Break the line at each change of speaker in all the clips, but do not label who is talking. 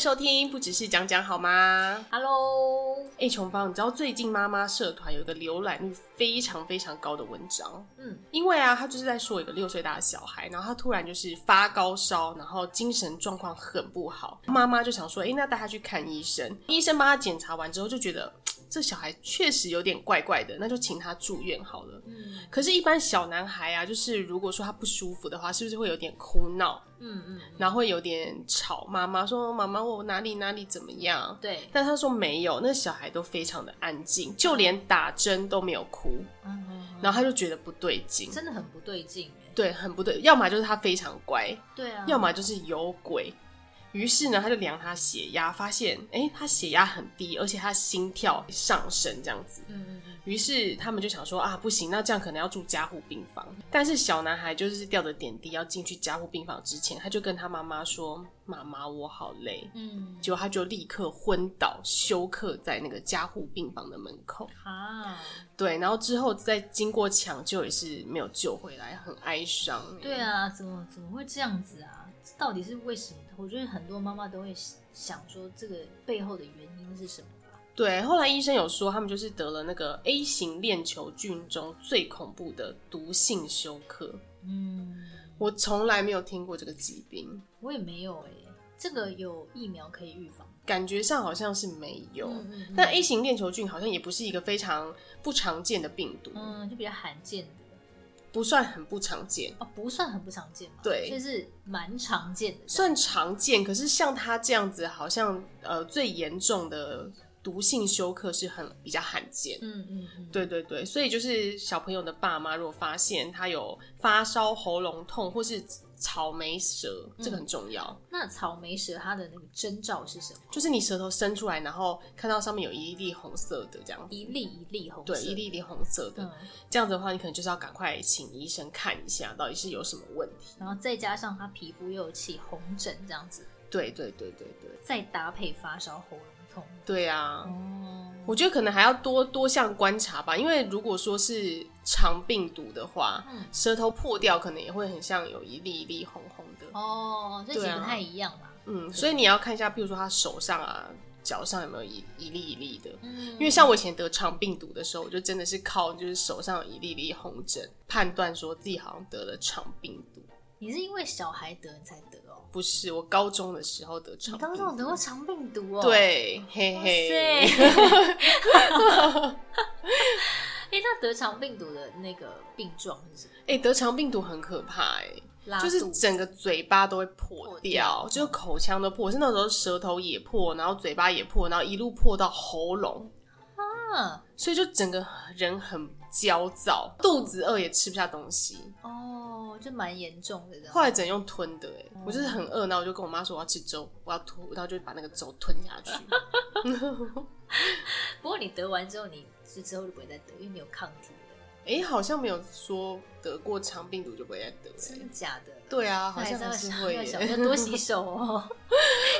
收听，不只是讲讲好吗？
Hello，
哎、琼芳，你知道最近妈妈社团有一个浏览率非常非常高的文章，
嗯，
因为啊，他就是在说一个六岁大的小孩，然后他突然就是发高烧，然后精神状况很不好，妈妈就想说，哎、那带他去看医生，医生帮他检查完之后就觉得嘖这小孩确实有点怪怪的，那就请他住院好了。
嗯
可是，一般小男孩啊，就是如果说他不舒服的话，是不是会有点哭闹，
嗯嗯，
然后会有点吵妈妈，说妈妈我哪里哪里怎么样？
对，
但他说没有，那小孩都非常的安静，就连打针都没有哭，
嗯嗯
然后他就觉得不对劲，
真的很不对劲哎。
对，很不对，要么就是他非常乖，
对啊，
要么就是有鬼。于是呢，他就量他血压，发现哎、诶他血压很低，而且他心跳上升这样子。
嗯嗯嗯，
于是他们就想说啊，不行，那这样可能要住加护病房。但是小男孩就是吊着点滴要进去加护病房之前，他就跟他妈妈说：“妈妈，我好累。”
嗯，
结果他就立刻昏倒，休克在那个加护病房的门口。
啊，
对，然后之后再经过抢救也是没有救回来，很哀伤。欸
对，啊，怎么怎么会这样子啊？这到底是为什么？我觉得很多妈妈都会想说这个背后的原因是什么吧？
对。后来医生有说，他们就是得了那个 A 型链球菌中最恐怖的毒性休克。
嗯，
我从来没有听过这个疾病，
我也没有哎，这个有疫苗可以预防。
感觉上好像是没有。
嗯嗯嗯
但 A 型链球菌好像也不是一个非常不常见的病毒，
嗯，就比较罕见的
不算很不常见。
哦，不算很不常见嘛，
对
所以是蛮常见的这
算
样。
常见，可是像他这样子，好像呃最严重的毒性休克是很比较罕见。
嗯嗯嗯，
对对对，所以就是小朋友的爸妈如果发现他有发烧、喉咙痛或是草莓舌，
嗯
这个很重要。
那草莓蛇它的那个征兆是什么？
就是你舌头伸出来，然后看到上面有一粒红色的这样子，
一粒一粒红色
对，
的，
一粒一粒红色的，
嗯，
这样子的话，你可能就是要赶快请医生看一下，到底是有什么问题。
然后再加上它皮肤又有起红疹这样子，
对对对对对，
再搭配发烧、喉咙痛，
对啊。
哦，
我觉得可能还要多多项观察吧，因为如果说是肠病毒的话，
嗯
舌头破掉可能也会很像有一粒一粒红红的，
哦，这其
对
实
啊
不太一样啦，
嗯，所以你要看一下，譬如说他手上啊、脚上有没有一一粒一粒的。
嗯，
因为像我以前得肠病毒的时候，我就真的是靠就是手上有一粒粒红疹判断说自己好像得了肠病毒，
你是因为小孩得你才得哦，
不是我高中的时候得
你
肠病
刚
毒，
刚得过肠病毒哦，，
对，嘿
哇
嘿，
塞， 哎，那得肠病毒的那个病状是什么？
哎、得肠病毒很可怕哎、
拉
就是
肚子
整个嘴巴都会破
破
掉，
掉嗯
就是口腔都破，我是那时候舌头也破，然后嘴巴也破，然后一路破到喉咙，
啊，
所以就整个人很焦躁，肚子饿也吃不下东西。
哦，就蛮严重的这样，
后来只能用吞的、欸，我就是很饿，然后我就跟我妈说我要吃粥，我要吐，然后就把那个粥吞下 去。
不过你得完之后，你是之后就不会再得，因为你有抗体了，
哎、好像没有说得过肠病毒就不会再得、
真
欸
的。假哎的？
对啊，好
那还
像
是要
还是
想
会、
要想
欸。
要多洗手哦，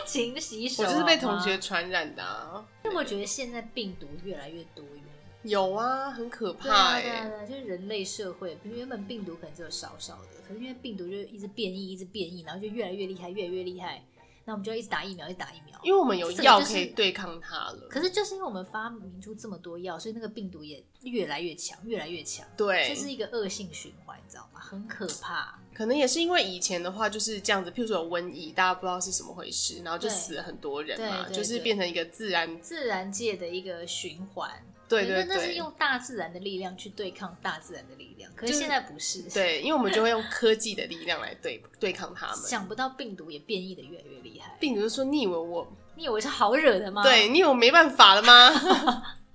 勤洗手。
我就是被
好
同
吗
学。传染的、啊，
因为我觉得现在病毒越来越多元，
有啊，很可
对啊
怕哎、
对啊，对啊就是人类社会，比如原本病毒可能只有少少的，可是因为病毒就一直变异，一直变异，然后就越来越厉害，越来越厉害，那我们就要一直打疫苗，一直打疫苗。
因为我们有
哦这个
药
就是
可以对抗它了。
可是就是因为我们发明出这么多药，所以那个病毒也越来越强，越来越强，
对，
这是一个恶性循环，你知道吗？很可怕。
可能也是因为以前的话就是这样子，譬如说有瘟疫，大家不知道是什么回事，然后就
对
死了很多人嘛，
对对
就是
对
变成一个自然，
自然界的一个循环，
对对
那那是
对，
用大自然的力量去对抗大自然的力量，可是
就是
现在不是，，
对，因为我们就会用科技的力量来对对抗他们。
想不到病毒也变异的越来越厉害，
病毒就说：“你以为我
你以为是好惹的吗？
对你有没办法了吗？”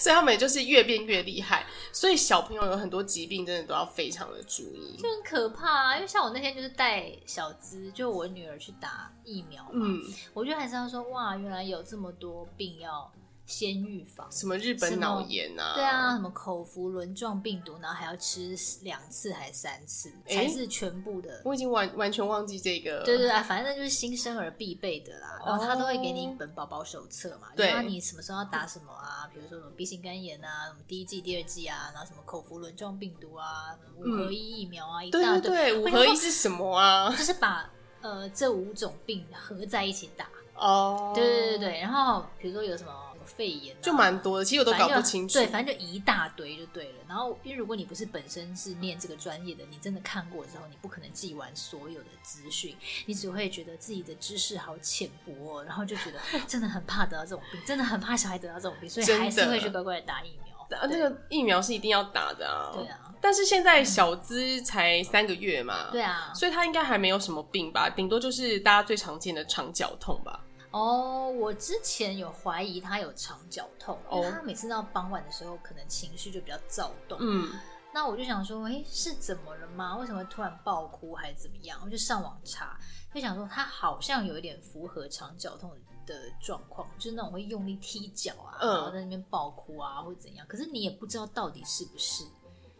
所以他们也就是越变越厉害，所以小朋友有很多疾病真的都要非常的注意。
就很可怕啊！因为像我那天就是带小资，就我女儿去打疫苗嘛，
嗯，
我就还是要说哇，原来有这么多病要先预防。
什么日本
什么
脑炎啊？
对啊，，什么口服轮状病毒，然后还要吃两次还三次，
诶
才是全部的
我已经完完全忘记这个。
对对啊，反正就是新生儿必备的啦。然后他都会给你一本宝宝手册嘛，
对
就说你什么时候要打什么啊，比如说什么 B 型肝炎啊，什么第一剂、第二剂啊，然后什么口服轮状病毒啊，五合一疫苗啊，一大
嗯对对对，
堆，
五合一是什么啊？
就是把呃这五种病合在一起打。
哦，
对对对，对，然后比如说有什么肺炎、啊，
就蛮多的，其实我都搞不清楚。
反正就对，反正就一大堆就对了。然后，因为如果你不是本身是念这个专业的，你真的看过之后，你不可能记完所有的资讯，你只会觉得自己的知识好浅薄、哦，然后就 觉得真的很怕得到这种病，真的很怕小孩得到这种病，所以
真的
还是会去乖乖的打疫苗。
啊，那个疫苗是一定要打的啊。
对啊，
但是现在小资才三个月嘛，
对啊，
所以他应该还没有什么病吧，顶多就是大家最常见的肠绞痛吧。
哦，我之前有怀疑他有肠绞痛，因为
哦
他每次到傍晚的时候，可能情绪就比较躁动，
嗯，
那我就想说，诶，是怎么了吗？为什么突然爆哭还是怎么样？我就上网查，就想说他好像有一点符合肠绞痛的状况，就是那种会用力踢脚啊，
嗯
然后在那边爆哭啊，或者怎样。可是你也不知道到底是不是。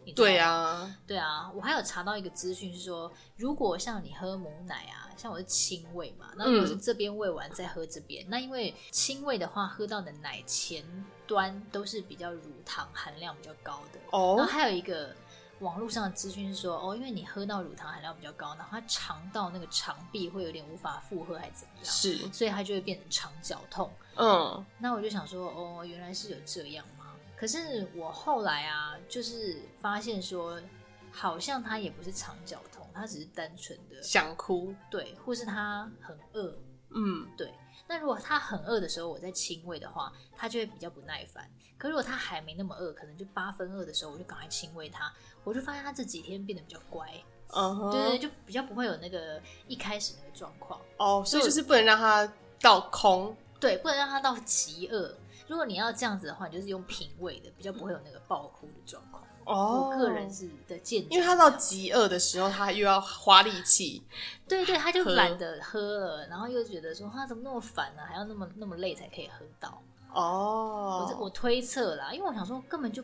你知道吗
对，啊，
对啊，我还有查到一个资讯是说，如果像你喝母奶啊，像我是亲喂嘛，那如果是
嗯
这边喂完再喝这边，那因为亲喂的话，喝到的奶前端都是比较乳糖含量比较高的，然
哦
后，还有一个网络上的资讯是说，哦，因为你喝到乳糖含量比较高，然后它肠道那个肠壁会有点无法负荷，还是怎么样，
是，
所以它就会变成肠绞痛。
嗯，
那我就想说，哦，原来是有这样嘛。可是我后来啊，就是发现说，好像它也不是肠绞痛，它只是单纯的
想哭，
对，或是它很饿，
嗯，
对。那如果它很饿的时候，我在亲喂的话，它就会比较不耐烦。可如果它还没那么饿，可能就八分饿的时候，我就赶快亲喂它，我就发现它这几天变得比较乖，
嗯哼，
对对对，就比较不会有那个一开始那个状况。
哦，所以就是不能让它到空，
对，不能让它到极饿。如果你要这样子的话，你就是用平喂的，比较不会有那个爆哭的状况。
哦，
我个人是的见解，
因为它到极饿的时候，它又要花力气，
对对，他就
喝
懒得喝了，然后又觉得说他怎么那么烦呢、啊还要那么那么累才可以喝到。我是
哦，
我推测啦，因为我想说根本就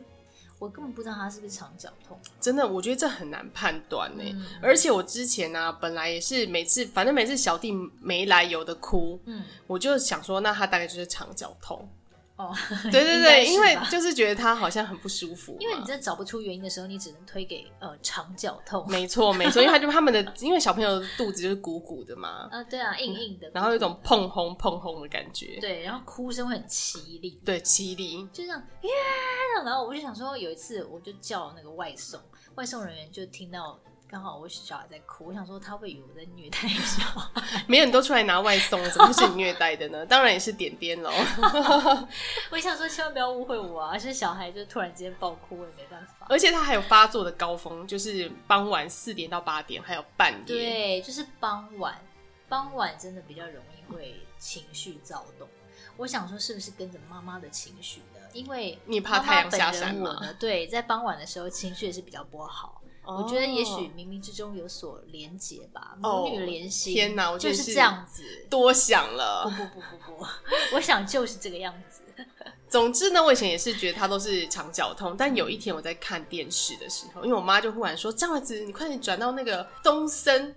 我根本不知道他是不是肠绞痛。啊
真的，我觉得这很难判断呢。
嗯
而且我之前呢、啊本来也是每次，反正每次小弟没来由的哭，
嗯
我就想说，那他大概就是肠绞 痛。
哦，
对对
应该
对，
是
因为
吧
就是觉得他好像很不舒服嘛，
因为你真的找不出原因的时候，你只能推给呃肠绞痛。
没错没错，因为他就他们的，因为小朋友的肚子就是鼓鼓的 嘛，
啊，对啊，硬硬的，
嗯然后有一种碰轰碰轰的感觉，
对，然后哭声会很凄厉。
对，凄厉，
就这样耶，然后我就想说，有一次我就叫那个外送，外送人员就听到刚好我小孩在哭，我想说他会以为我在虐待小孩，
没有你都出来拿外送了，怎么会是你虐待的呢？当然也是点点喽，
我想说千万不要误会我啊，是小孩就突然间爆哭，我也没办法。
而且他还有发作的高峰，就是傍晚四点到八点，还有半夜，
对，就是傍晚，傍晚真的比较容易会情绪躁动。我想说，是不是跟着妈妈的情绪呢？因为
你怕
妈妈
太阳
本
下
人
山
我
吗
呢，对，在傍晚的时候情绪也是比较不好。
哦
我觉得也许冥冥之中有所连结吧，
哦
母女连心。
天哪我觉
就
得
是
是
这样子。
多想
不
了。
不不不 不，我想就是这个样子。
总之呢，我以前也是觉得他都是肠绞痛，但有一天我在看电视的时候，因为我妈就忽然说：“张样子，你快点转到那个东森。”
嗯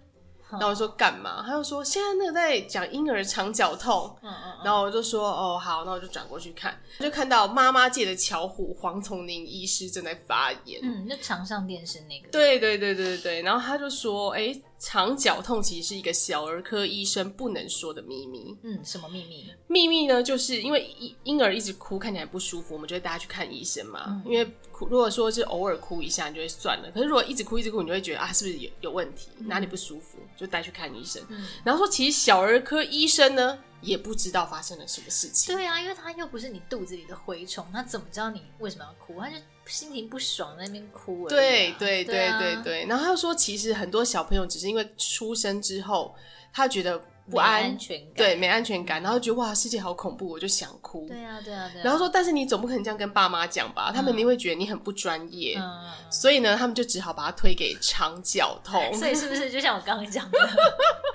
然后我说干嘛？她就说现在那个在讲婴儿肠绞痛。
嗯嗯嗯，
然后我就说哦好，那我就转过去看，就看到妈妈界的巧虎黄崇宁医师正在发言。
嗯，那常上电视那个。
对对对对对对，然后他就说，哎，肠绞痛其实是一个小儿科医生不能说的秘密。
嗯，什么秘密？
秘密呢，就是因为婴婴儿一直哭，看起来不舒服，我们就会带他去看医生嘛。
嗯
因为哭，如果说是偶尔哭一下，你就会算了；可是如果一直哭一直哭，你就会觉得啊，是不是有有问题，哪里不舒服，就带去看医生。
嗯，
然后说，其实小儿科医生呢，也不知道发生了什么事情。
对啊，因为他又不是你肚子里的蛔虫，他怎么知道你为什么要哭？他就心情不爽在那边哭而已
对
啊、
对
对
对
啊
对对，然后他又说，其实很多小朋友只是因为出生之后，他觉得不
没
安，
安全感。
对，没安全感，然后觉得哇，世界好恐怖，我就想哭。
对啊对啊对啊。
然后说，但是你总不可能这样跟爸妈讲吧？他们一定会觉得你很不专业，
嗯，
所以呢，他们就只好把它推给肠绞痛。
所以是不是就像我刚刚讲的，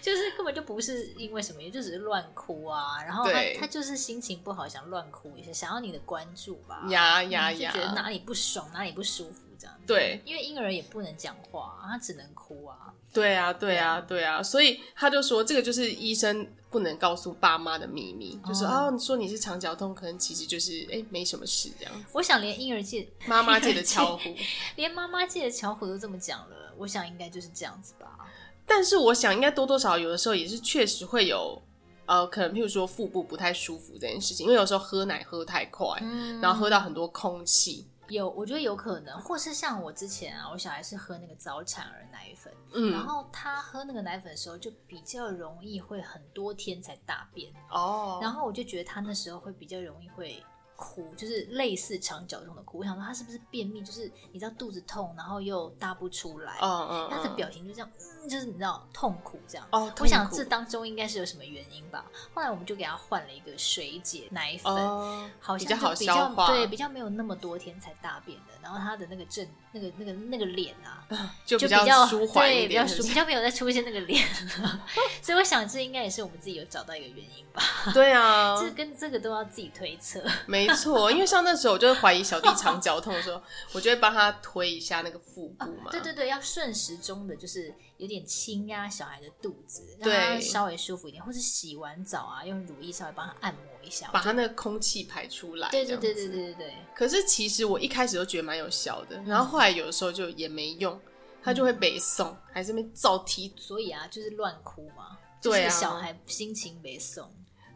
就是根本就不是因为什么，就只是乱哭啊。然后他
对
他就是心情不好，想乱哭一下，想要你的关注吧。
呀
嗯
呀
就觉得
呀！
哪里不爽，哪里不舒服这样。
对
因为婴儿也不能讲话啊，他只能哭啊。
对啊，对啊，对啊，所以他就说，这个就是医生不能告诉爸妈的秘密，就说
哦
哦，你说你是肠绞痛，可能其实就是哎没什么事这样。
我想连婴儿界
妈妈界的巧虎，
连妈妈界的巧虎都这么讲了，我想应该就是这样子吧。
但是我想应该多多少少有的时候也是确实会有呃，可能譬如说腹部不太舒服这件事情，因为有时候喝奶喝太快，
嗯
然后喝到很多空气，
有，我觉得有可能，或是像我之前啊，我小孩是喝那个早产儿奶粉，
嗯，
然后他喝那个奶粉的时候，就比较容易会很多天才大便，
哦，
然后我就觉得他那时候会比较容易会哭，就是类似肠绞痛的哭。我想说他是不是便秘，就是你知道肚子痛，然后又大不出来，
嗯嗯，
他的
嗯
表情就这样，嗯，就是你知道痛苦这样。
哦，
我想
痛苦
这当中应该是有什么原因吧。后来我们就给他换了一个水解奶粉，
哦，
好
比
像
较
就
好
比
消化，
对，比较没有那么多天才大便的。然后他的那个症，那个那个那个脸啊，
就
就
比
较
舒缓一
对，比较
点，是不
舒，比
是
较没有再出现那个脸了。所以我想这应该也是我们自己有找到一个原因吧。
对 啊，
这跟这个都要自己推测。
没错，因为像那时候我就会怀疑小弟肠绞痛的时候，我就会帮他推一下那个腹部嘛，
哦对对对，要顺时钟的，就是有点轻压小孩的肚子，让
对
他稍微舒服一点，或是洗完澡啊，用乳液稍微帮他按摩一下。
把他那个空气排出来，
对对对
这样
对
子。
对对对，
可是其实我一开始都觉得蛮有效的，
嗯
然后后来有的时候就也没用，他就会北送，还是没造题。
所以啊，就是乱哭嘛，
对啊
就是小孩心情没送。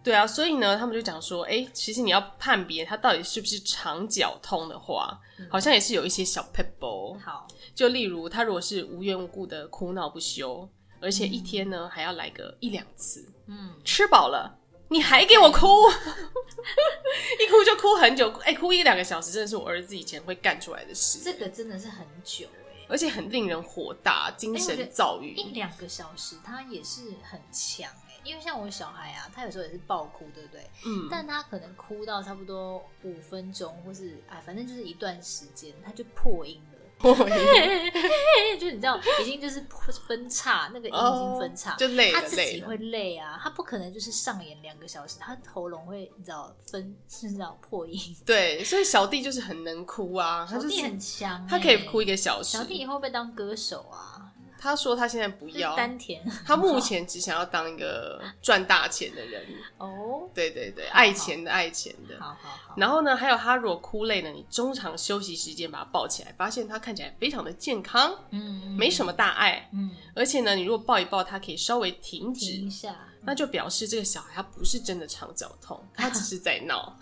对啊，所以呢，他们就讲说，哎、其实你要判别他到底是不是肠绞痛的话，
嗯
好像也是有一些小 p e b b l
好，
就例如他如果是无缘无故的哭闹不休，而且一天呢还要来个一两次，
嗯，
吃饱了，你还给我哭， 一哭就哭很久，哎、哭一两个小时，真的是我儿子以前会干出来的事，
这个真的是很久哎、
而且很令人火大，精
哎我觉
神
得
躁郁。
一两个小时，他也是很强哎、因为像我小孩啊，他有时候也是爆哭，对不对？
嗯，
但他可能哭到差不多五分钟，或是哎，反正就是一段时间，他就破音了。
我
就你知道，已经就是分叉，那个音已经分叉，
哦就累
他
了，
自
累
己
了。
会累啊，他不可能就是上演两个小时，他喉咙会你知道分，是知道破音。
对，所以小弟就是很能哭啊，他
小
就
弟
是
很强、欸，
他可以哭一。个小时
小。弟以后被当歌手啊，
他说他现在不
就是
要，
丹田
他目前只想要当一个赚大钱的人。
哦，
对对对，
好
爱钱的爱钱的。
好好好，
然后呢，还有他如果哭累了，你中场休息时间把他抱起来，发现他看起来非常的健康，
嗯，
没什么大碍。
嗯，
而且呢，你如果抱一抱，他可以稍微停
停
止，
一下，
那就表示这个小孩他不是真的肠绞痛， 他只是在闹。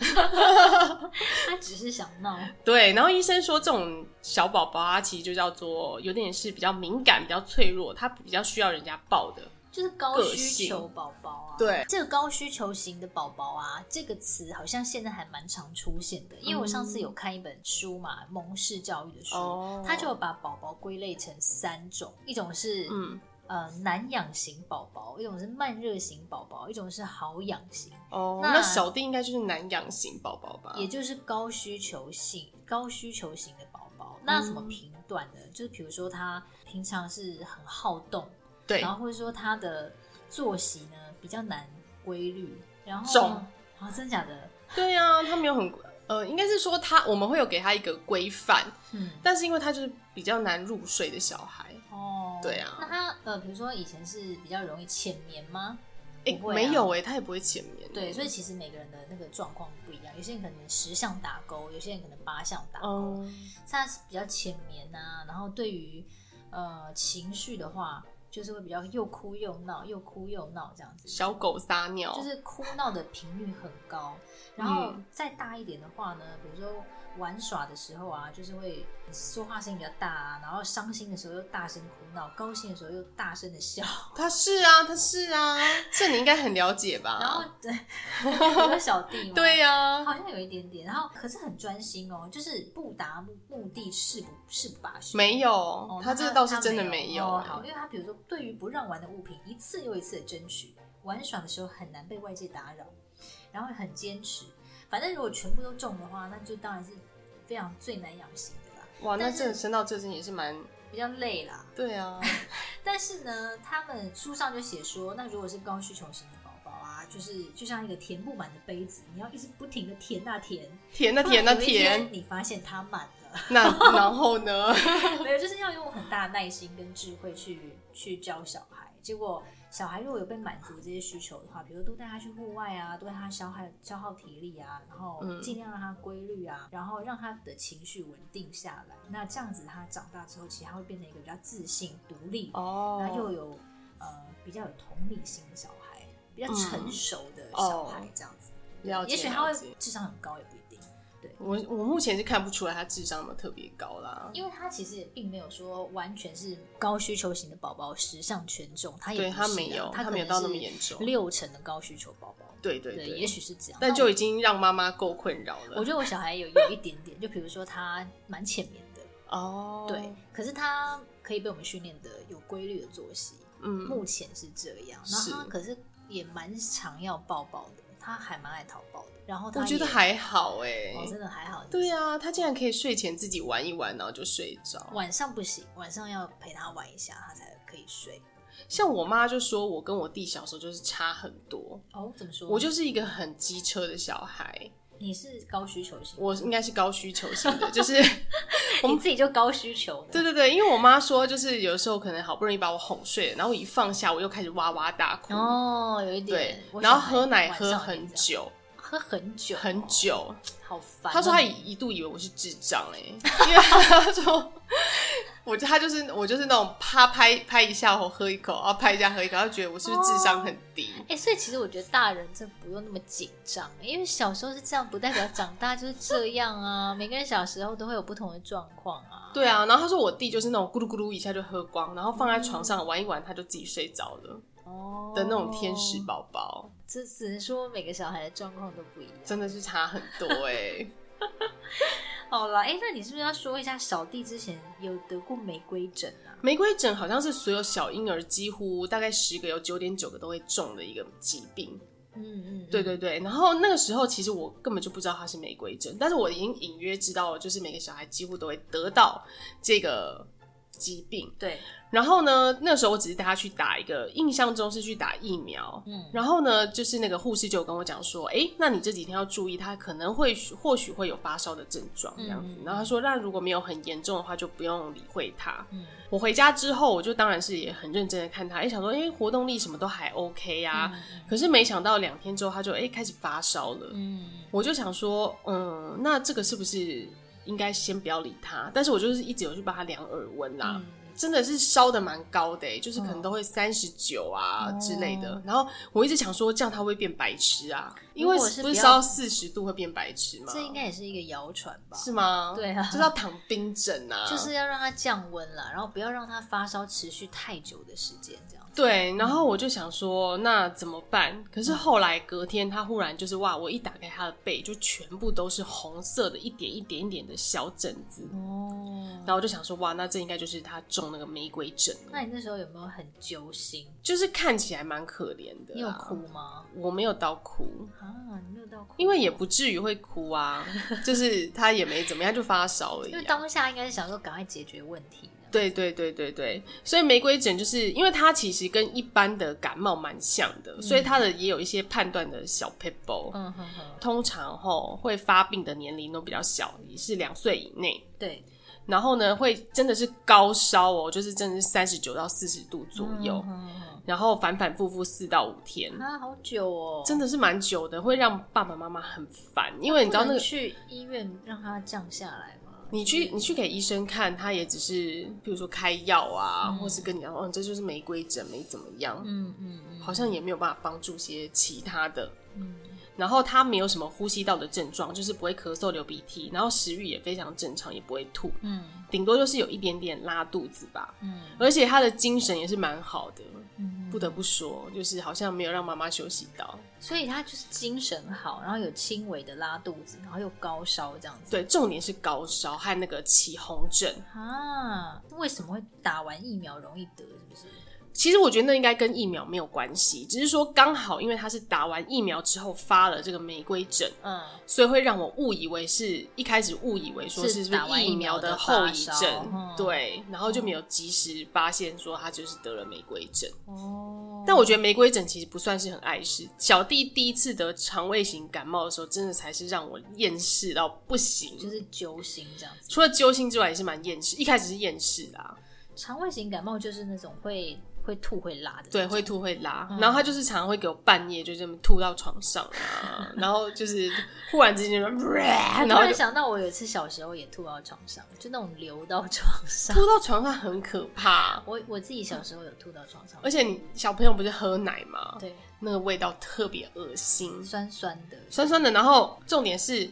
他只是想闹，
对，然后医生说这种小宝宝啊，其实就叫做有点是比较敏感、比较脆弱，他比较需要人家抱的。
就是高需求宝宝啊。
个性对
这个高需求型的宝宝啊，这个词好像现在还蛮常出现的。因为我上次有看一本书嘛，蒙氏教育的书，
嗯哦
它就把宝宝归类成三种，一种是、
嗯，
呃难养型宝宝，一种是慢热型宝宝，一种是好养型，
哦，
那
那小弟应该就是难养型宝宝吧？
也就是高需求性、高需求型的宝宝。那怎么
嗯
评断呢？就是比如说他平常是很好动，
对
然，后或者说他的作息呢比较难规律，然后
重
啊，真假的，
对啊，他没有很呃，应该是说他我们会有给他一个规范，
嗯，
但是因为他就是比较难入睡的小孩，
哦，
对啊
那他呃，比如说以前是比较容易浅眠吗？
哎、
不会啊
没有哎、他也不会浅眠。
对，所以其实每个人的那个状况不一样，有些人可能十项打勾，有些人可能八项打勾，
嗯，
他是比较浅眠呐、然后对于呃情绪的话，就是会比较又哭又闹，又哭又闹这样子，
小狗撒尿，
就是哭闹的频率很高。然后
嗯
再大一点的话呢，比如说玩耍的时候啊，就是会说话声音比较大啊，然后伤心的时候又大声哭闹，高兴的时候又大声 的笑。
他是啊，他是 啊，这你应该很了解吧？
然后对，我有小弟嘛，
对、啊
好
呀、
像有一点点。然后可是很专心哦，就是不达目目的誓不誓不罢休。
没有，
哦，
他
那
这倒是真的
他
没
没
有
哦
欸、
好，因为他比如说对于不让玩的物品，一次又一次的争取，玩耍的时候很难被外界打扰，然后很坚持。反正如果全部都中的话，那就当然是非常最难养型的啦，
哇，那
但是
这升到这真也是蛮
比较累啦。
对 啊，
但是呢，他们书上就写说，那如果是高需求型的宝宝啊，就是就像一个填不满的杯子，你要一直不停的填啊填，
甜那
突
甜
然
那
有一天
甜，
你发现它满了。
那然后呢？
没有，就是要用很大的耐心跟智慧去去教小孩。结果小孩如果有被满足这些需求的话，比如多带他去户外啊，多带他消耗消耗体力啊，然后
嗯
尽量让他规律啊，然后让他的情绪稳定下来。那这样子他长大之后，其实他会变成一个比较自信、独立，
哦
然后又有呃比较有同理心的小孩。比较成熟的小孩这样子。
嗯哦了解，
也许他会
了解
智商很高也不一定，
我我目前是看不出来他智商有没有特别高啦。
因为他其实也并没有说完全是高需求型的宝宝十项全中，他也
对
不
他
是
没
啊
有，
他
他没有到那么严
重，
重。
六成的高需求宝宝，
对对
对，也许是这样，
但
那
就
我
已经让妈妈够困扰
我
了。
觉得我小孩有有一点点，就比如说他蛮浅眠的，
哦，
对，可是他可以被我们训练的有规律的作息，
嗯，
目前是这样。然后
是
他可是也蛮常要抱抱的，他还蛮爱讨抱的。然后他
我觉得
也
还好哎、
哦，真的还好。
对啊，他竟然可以睡前自己玩一玩，然后就睡着。
晚上不行，晚上要陪他玩一下，他才可以睡。
像我妈就说，我跟我弟小时候就是差很多，
哦，怎么说？
我就是一个很机车的小孩，
你是高需求型，
我应该是高需求型的，就是
你自己就高需求的。
对对对，因为我妈说，就是有时候可能好不容易把我哄睡了，然后我一放下，我又开始哇哇大哭。
哦，有一
对
点。，我
然后
小孩
喝奶
晚
喝
上有点
很
这样，
久
喝很久，
很，久，
好烦哦。
他说他一度以为我是智障哎、欸，因为他说我他就是我就是那种啪拍拍一下我喝一口，然后拍一下喝一口，他觉得我是不是智商很低？
哎、所以其实我觉得大人真不用那么紧张，欸因为小时候是这样，不代表长大就是这样啊。 每个人小时候都会有不同的状况啊。
对啊，然后他说我弟就是那种咕噜咕噜一下就喝光，然后放在床上玩一玩，他就自己睡着了
哦
的那种天使，宝宝，
这只能说每个小孩的状况都不一样。
真的是差很多哎、欸。
好啦，哎、那你是不是要说一下小弟之前有得过玫瑰疹啊？
玫瑰疹好像是所有小婴儿几乎大概十个有九点九个都会中的一个疾病。
嗯嗯，
对对对，然后那个时候其实我根本就不知道它是玫瑰疹，但是我已经隐约知道了，就是每个小孩几乎都会得到这个疾病。
对，
然后呢，那时候我只是带他去打一个，印象中是去打疫苗。
嗯
然后呢，就是那个护士就有跟我讲说，诶，那你这几天要注意，他可能会或许会有发烧的症状这样子。
嗯
然后他说，那如果没有很严重的话，就不用理会他。
嗯
我回家之后，我就当然是也很认真的看他，诶，想说，诶，活动力什么都还 OK 呀、啊。
嗯
可是没想到两天之后，他就诶开始发烧了。
嗯，
我就想说，嗯，那这个是不是应该先不要理他？但是我就是一直有去帮他量耳温啦、
嗯
真的是烧的蛮高的、欸，就是可能都会三十九啊
哦
之类的。然后我一直想说，这样他会变白痴啊，因
如
为
果是
不
不
是
要
烧到四十度会变白痴吗？
这应该也是一个谣传吧？
是吗？
对啊
就是要躺冰枕啊，
就是要让他降温了，然后不要让他发烧持续太久的时间，这样。
对，然后我就想说，那怎么办？可
嗯
是后来隔天，他忽然就是哇，我一打开他的背，就全部都是红色的，一点一点一点的小疹子。
哦，
然后我就想说，哇，那这应该就是他中那个玫瑰疹了，
那你那时候有没有很揪心？
就是看起来蛮可怜的、
你有哭？吗？
我没有到哭，
啊，你没有到哭，
因为也不至于会哭 啊，就是他也没怎么样，就发烧而已
因为
啊、
当下应该是想说赶快解决问题的。
对对对对对，所以玫瑰疹就是因为它其实跟一般的感冒蛮像的，所以它的也有一些判断的小 p e b b l e
嗯哼哼，
通常吼会发病的年龄都比较小，也是两岁以内。
对，
然后呢，会真的是高烧哦，就是真的是三十九到四十度左右，
嗯
然后反反复复四到五天，
啊，好久哦，
真的是蛮久的，会让爸爸妈妈很烦，因为你
你
知道那个。
去医院让他降下来吗？
你去你去给医生看，他也只是比如说开药啊，或是跟你讲，哦，你这就是玫瑰疹，没怎么样，
嗯嗯嗯
好像也没有办法帮助些其他的。
嗯，
然后他没有什么呼吸道的症状，就是不会咳嗽、流鼻涕，然后食欲也非常正常，也不会吐，
嗯
顶多就是有一点点拉肚子吧。
嗯
而且他的精神也是蛮好的，
嗯，
不得不说，就是好像没有让妈妈休息到。
所以他就是精神好，然后有轻微的拉肚子，然后又高烧这样子。
对，重点是高烧和那个起红疹。
啊，为什么会打完疫苗容易得？是不是？
其实我觉得那应该跟疫苗没有关系，只是说刚好因为他是打完疫苗之后发了这个玫瑰疹，
嗯，
所以会让我误以为是一开始误以为说
是
是不
打完
是
疫
疫
苗
苗
的
的
发
后
烧
遗
嗯
症，对，然后就没有及时发现说他就是得了玫瑰疹。
哦，
但我觉得玫瑰疹其实不算是很碍事。小弟第一次得肠胃型感冒的时候，真的才是让我厌世到不行。
就是揪心这样子。
除了揪心之外，也是蛮厌世。一开始是厌世啦，
肠胃型感冒就是那种会会吐会拉的，
对，会。吐会拉，
嗯
然后他就是常常会给我半夜就这么吐到床上啊，然后就是忽然之间就， 然
哎突
后
然
就
想到，我有一次小时候也吐到床上，就那种流到床上。
吐到床上很可怕。
我我自己小时候有吐到床上，
而且你小朋友不是喝奶吗？
对
那个味道特别恶心，
酸酸的，
酸酸的。然后重点是，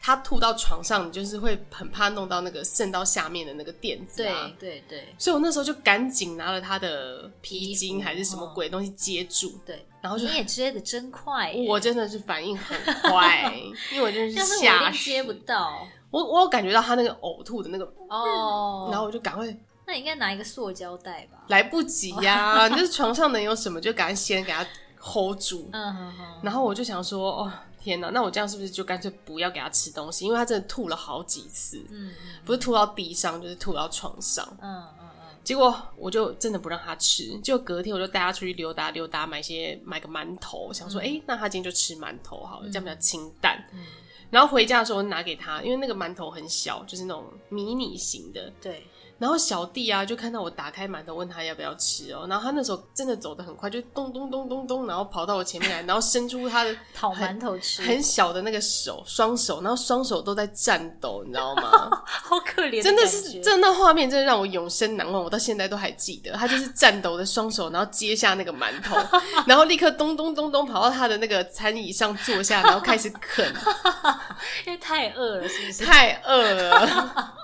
他吐到床上，你就是会很怕弄到那个渗到下面的那个垫子
对
啊。
对对
所以我那时候就赶紧拿了他的皮
衣
筋
服
还是什么鬼东西接住，
对，
然后就
你也接的真快耶，
我真的是反应很快， 因为我真的
哎要是我一
吓
定接不
死。
到
我我有感觉到他那个呕吐的那个，
哦。
然后我就赶快
那你应该拿一个塑胶袋吧？
来不及呀、
哦
就是床上能有什么就赶快先给他 hold 住。
嗯哼哼，
然后我就想说，哦天哪，那我这样是不是就干脆不要给他吃东西？因为他真的吐了好几次，
嗯
不是吐到地上，就是吐到床上。
嗯嗯嗯
结果我就真的不让他吃，结果隔天我就带他出去溜达溜达，买些买个馒头，想说，哎、那他今天就吃馒头好了，这样比较清淡。
嗯，
然后回家的时候我拿给他，因为那个馒头很小，就是那种迷你型的。
对，
然后小弟啊，就看到我打开馒头，问他要不要吃哦。然后他那时候真的走得很快，就咚咚咚咚咚，然后跑到我前面来，然后伸出他的
讨馒头吃，
很小的那个手，双手，然后双手都在颤抖，你知道吗？
好可怜，
真的是，真的那画面真的让我永生难忘，我到现在都还记得。他就是颤抖的双手，然后接下那个馒头，然后立刻咚咚咚咚跑到他的那个餐椅上坐下，然后开始啃。
因为太饿了，是不是？
太饿了，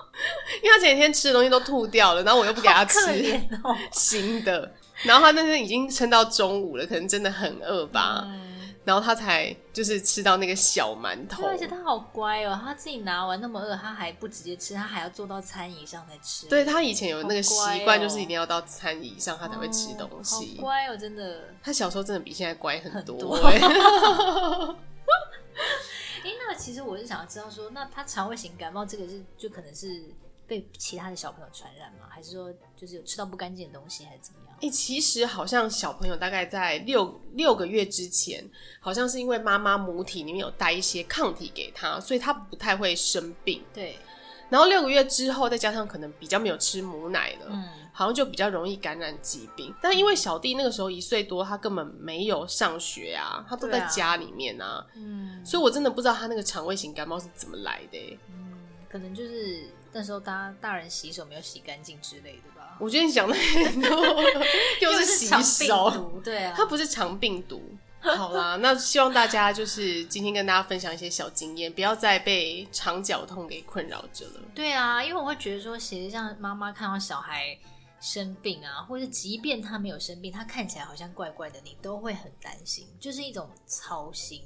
因为他前几天吃的东西都吐掉了，然后我又不给他
可
吃
怜哦，
新的，然后他那天已经撑到中午了，可能真的很饿吧，
嗯
然后他才就是吃到那个小馒头
对，，而且他好乖哦，他自己拿完那么饿，他还不直接吃，他还要坐到餐椅上才吃。
对他以前有那个习惯，
好乖哦
就是一定要到餐椅上他
哦，
才会吃东西
好。乖哦，真的。
他小时候真的比现在乖很多、
多
欸
哎，那其实我是想要知道说，那他肠胃型感冒这个是就可能是被其他的小朋友传染吗？还是说就是有吃到不干净的东西，还是怎么样？
欸，其实好像小朋友大概在六六个月之前，好像是因为妈妈母体里面有带一些抗体给他，所以他不太会生病。
对，
然后六个月之后，再加上可能比较没有吃母奶了，
嗯，
好像就比较容易感染疾病。但因为小弟那个时候一岁多，他根本没有上学啊，他都在
对啊
家里面啊，
嗯
所以我真的不知道他那个肠胃型感冒是怎么来的欸、
嗯，可能就是那时候大家大人洗手没有洗干净之类的吧，
我觉得你想的很 多，又是
肠
洗
病
手，
毒，对 啊
它，不是肠病毒。 好啦，那希望大家就是今天跟大家分享一些小经验，不要再被肠绞痛给困扰着了。
对啊，因为我会觉得说，其实像妈妈看到小孩生病啊，或者即便他没有生病，他看起来好像怪怪的，你都会很担心，就是一种操心。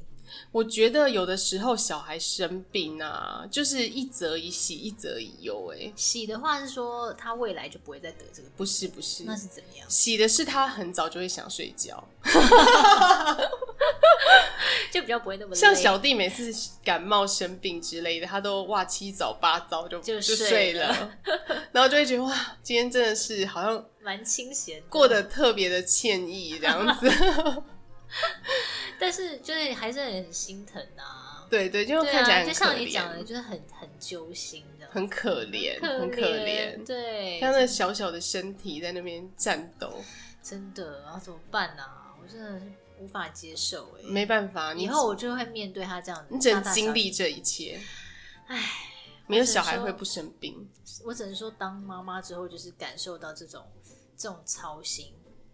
我觉得有的时候小孩生病啊，就是一则以喜，一则以忧、欸。
喜的话是说他未来就不会再得这个病，
不是不是，
那是怎么样？
喜的是他很早就会想睡觉，
就比较不会那么累
像小弟每次感冒生病之类的，他都哇七早八早就
就
睡
睡
了，然后就会觉得哇，今天真的是好像
蛮清闲的
过得特别的惬意这样 子。
但是就是还是很心疼啊。
对对，就
对
看起来
啊，
很
就
可
像你讲的，
怜，
就是很很揪心的，
很可怜，很
很
可怜。
对，
他那小小的身体在那边颤抖，
真的，然后怎么办呢、啊？我真的是无法接受哎、
没办法，你
以后我就会面对他这样，
你只能
大大小
经历这一切。
唉，
没有
我只
小
能
孩
说
会不生病，
我只能说，当妈妈之后，就是感受到这种这种操心。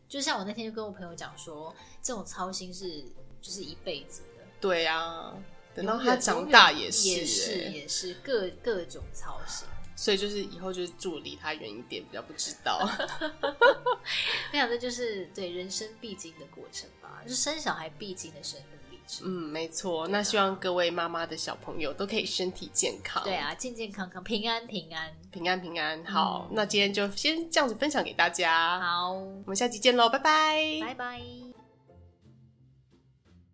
就像我那天就跟我朋友讲说，这种操心是就是一辈子的，
对啊。等到
永
他
远
长
永
大
远
也是、
也是
欸
也是各各种操心。
所以就是以后就是住离他远一点，比较不知 道。
我想这就是对人生必经的过程吧，就是生小孩必经的生命历程。
嗯，没错。
啊
那希望各位妈妈的小朋友都可以身体健康，
对，啊，健健康康，平安平安。
平安平安。好，那今天就先这样子分享给大家，
好，
嗯我们下期见喽，拜拜，
拜拜。